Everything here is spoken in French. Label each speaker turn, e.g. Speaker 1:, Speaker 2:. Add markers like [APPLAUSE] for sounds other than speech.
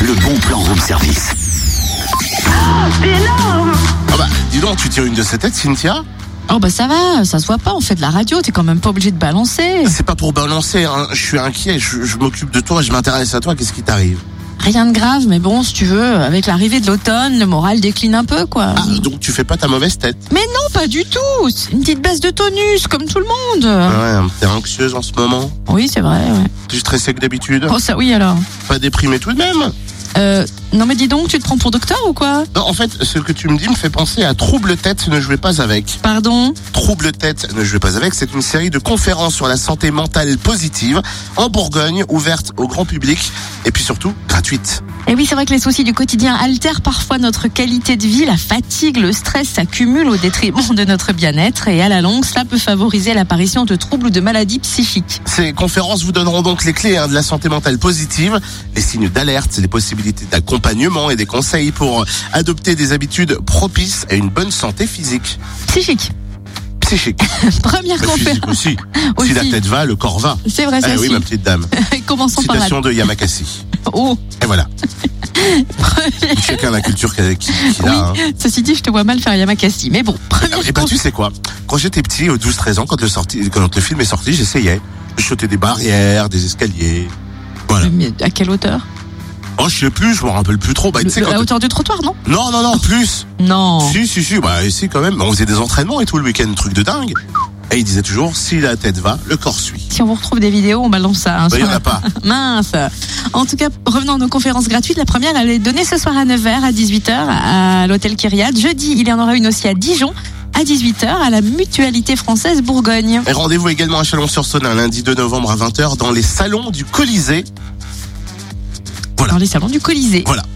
Speaker 1: le bon plan room service.
Speaker 2: Oh, c'est énorme
Speaker 3: Ah bah, dis donc, tu tires une de ses têtes, Cynthia
Speaker 4: Oh bah ça va, ça se voit pas, on fait de la radio, t'es quand même pas obligé de balancer.
Speaker 3: C'est pas pour balancer, hein. je suis inquiet, je, je m'occupe de toi, je m'intéresse à toi, qu'est-ce qui t'arrive
Speaker 4: Rien de grave, mais bon, si tu veux, avec l'arrivée de l'automne, le moral décline un peu, quoi.
Speaker 3: Ah, donc tu fais pas ta mauvaise tête
Speaker 4: Mais non, pas du tout C'est une petite baisse de tonus, comme tout le monde
Speaker 3: Ah Ouais, Hein t'es anxieuse en ce moment
Speaker 4: Oui, c'est vrai, ouais.
Speaker 3: Plus stressée que d'habitude
Speaker 4: Oh, ça oui, alors
Speaker 3: Pas déprimée tout de même
Speaker 4: Euh, non mais dis donc, tu te prends pour docteur ou quoi
Speaker 3: Non, en fait, ce que tu me dis me fait penser à Trouble-Tête, ne jouez pas avec.
Speaker 4: Pardon
Speaker 3: Trouble-Tête, ne jouez pas avec, c'est une série de conférences sur la santé mentale positive en Bourgogne, ouverte au grand public et puis surtout gratuite.
Speaker 4: Eh oui, c'est vrai que les soucis du quotidien altèrent parfois notre qualité de vie, la fatigue, le stress s'accumulent au détriment de notre bien-être et à la longue, cela peut favoriser l'apparition de troubles ou de maladies psychiques.
Speaker 3: Ces conférences vous donneront donc les clés hein, de la santé mentale positive, les signes d'alerte, les possibilités d'accompagnement et des conseils pour adopter des habitudes propices à une bonne santé physique.
Speaker 4: Psychique.
Speaker 3: Psychique.
Speaker 4: [LAUGHS] Première
Speaker 3: Bah,
Speaker 4: conférence.
Speaker 3: physique
Speaker 4: [LAUGHS]
Speaker 3: aussi.
Speaker 4: Aussi.
Speaker 3: Si la tête va, le corps va.
Speaker 4: C'est vrai, ça
Speaker 3: Eh oui,
Speaker 4: si.
Speaker 3: ma petite dame.
Speaker 4: [LAUGHS] Commençons par la...
Speaker 3: Citation de Yamakasi.
Speaker 4: Oh, [LAUGHS]
Speaker 3: Et voilà. Chacun la culture qu'il qu'il
Speaker 4: oui.
Speaker 3: a. hein.
Speaker 4: [LAUGHS] Ceci dit, je te vois mal faire Yamakasi. Mais bon, première
Speaker 3: Et ben tu sais quoi Quand j'étais petit, aux 12-13 ans, quand le, sorti, quand le film est sorti, j'essayais. Je sautais des barrières, des escaliers. Voilà.
Speaker 4: Mais à quelle hauteur
Speaker 3: Oh, je sais plus, je me rappelle plus trop. Bah, tu sais
Speaker 4: Le-
Speaker 3: quand
Speaker 4: La hauteur du trottoir, non
Speaker 3: Non, non, non, plus.
Speaker 4: Non.
Speaker 3: Si, si, si. Bah, si, quand même. Bah, On faisait des entraînements et tout le week-end, truc de dingue. Et il disait toujours, si la tête va, le corps suit.
Speaker 4: Si on vous retrouve des vidéos, on balance ça. hein,
Speaker 3: Bah, il n'y
Speaker 4: sur
Speaker 3: en
Speaker 4: la-
Speaker 3: a pas.
Speaker 4: [LAUGHS] Mince. En tout cas, revenons à nos conférences gratuites. La première, elle est donnée ce soir à 9h, à 18h, à l'hôtel Kyriade. Jeudi, il y en aura une aussi à Dijon, à 18h, à la Mutualité Française Bourgogne.
Speaker 3: Et rendez-vous également à Chalon-sur-Saône, un lundi 2 novembre à 20h, dans les salons du Colisée.
Speaker 4: Dans les salons du Colisée.
Speaker 3: Voilà.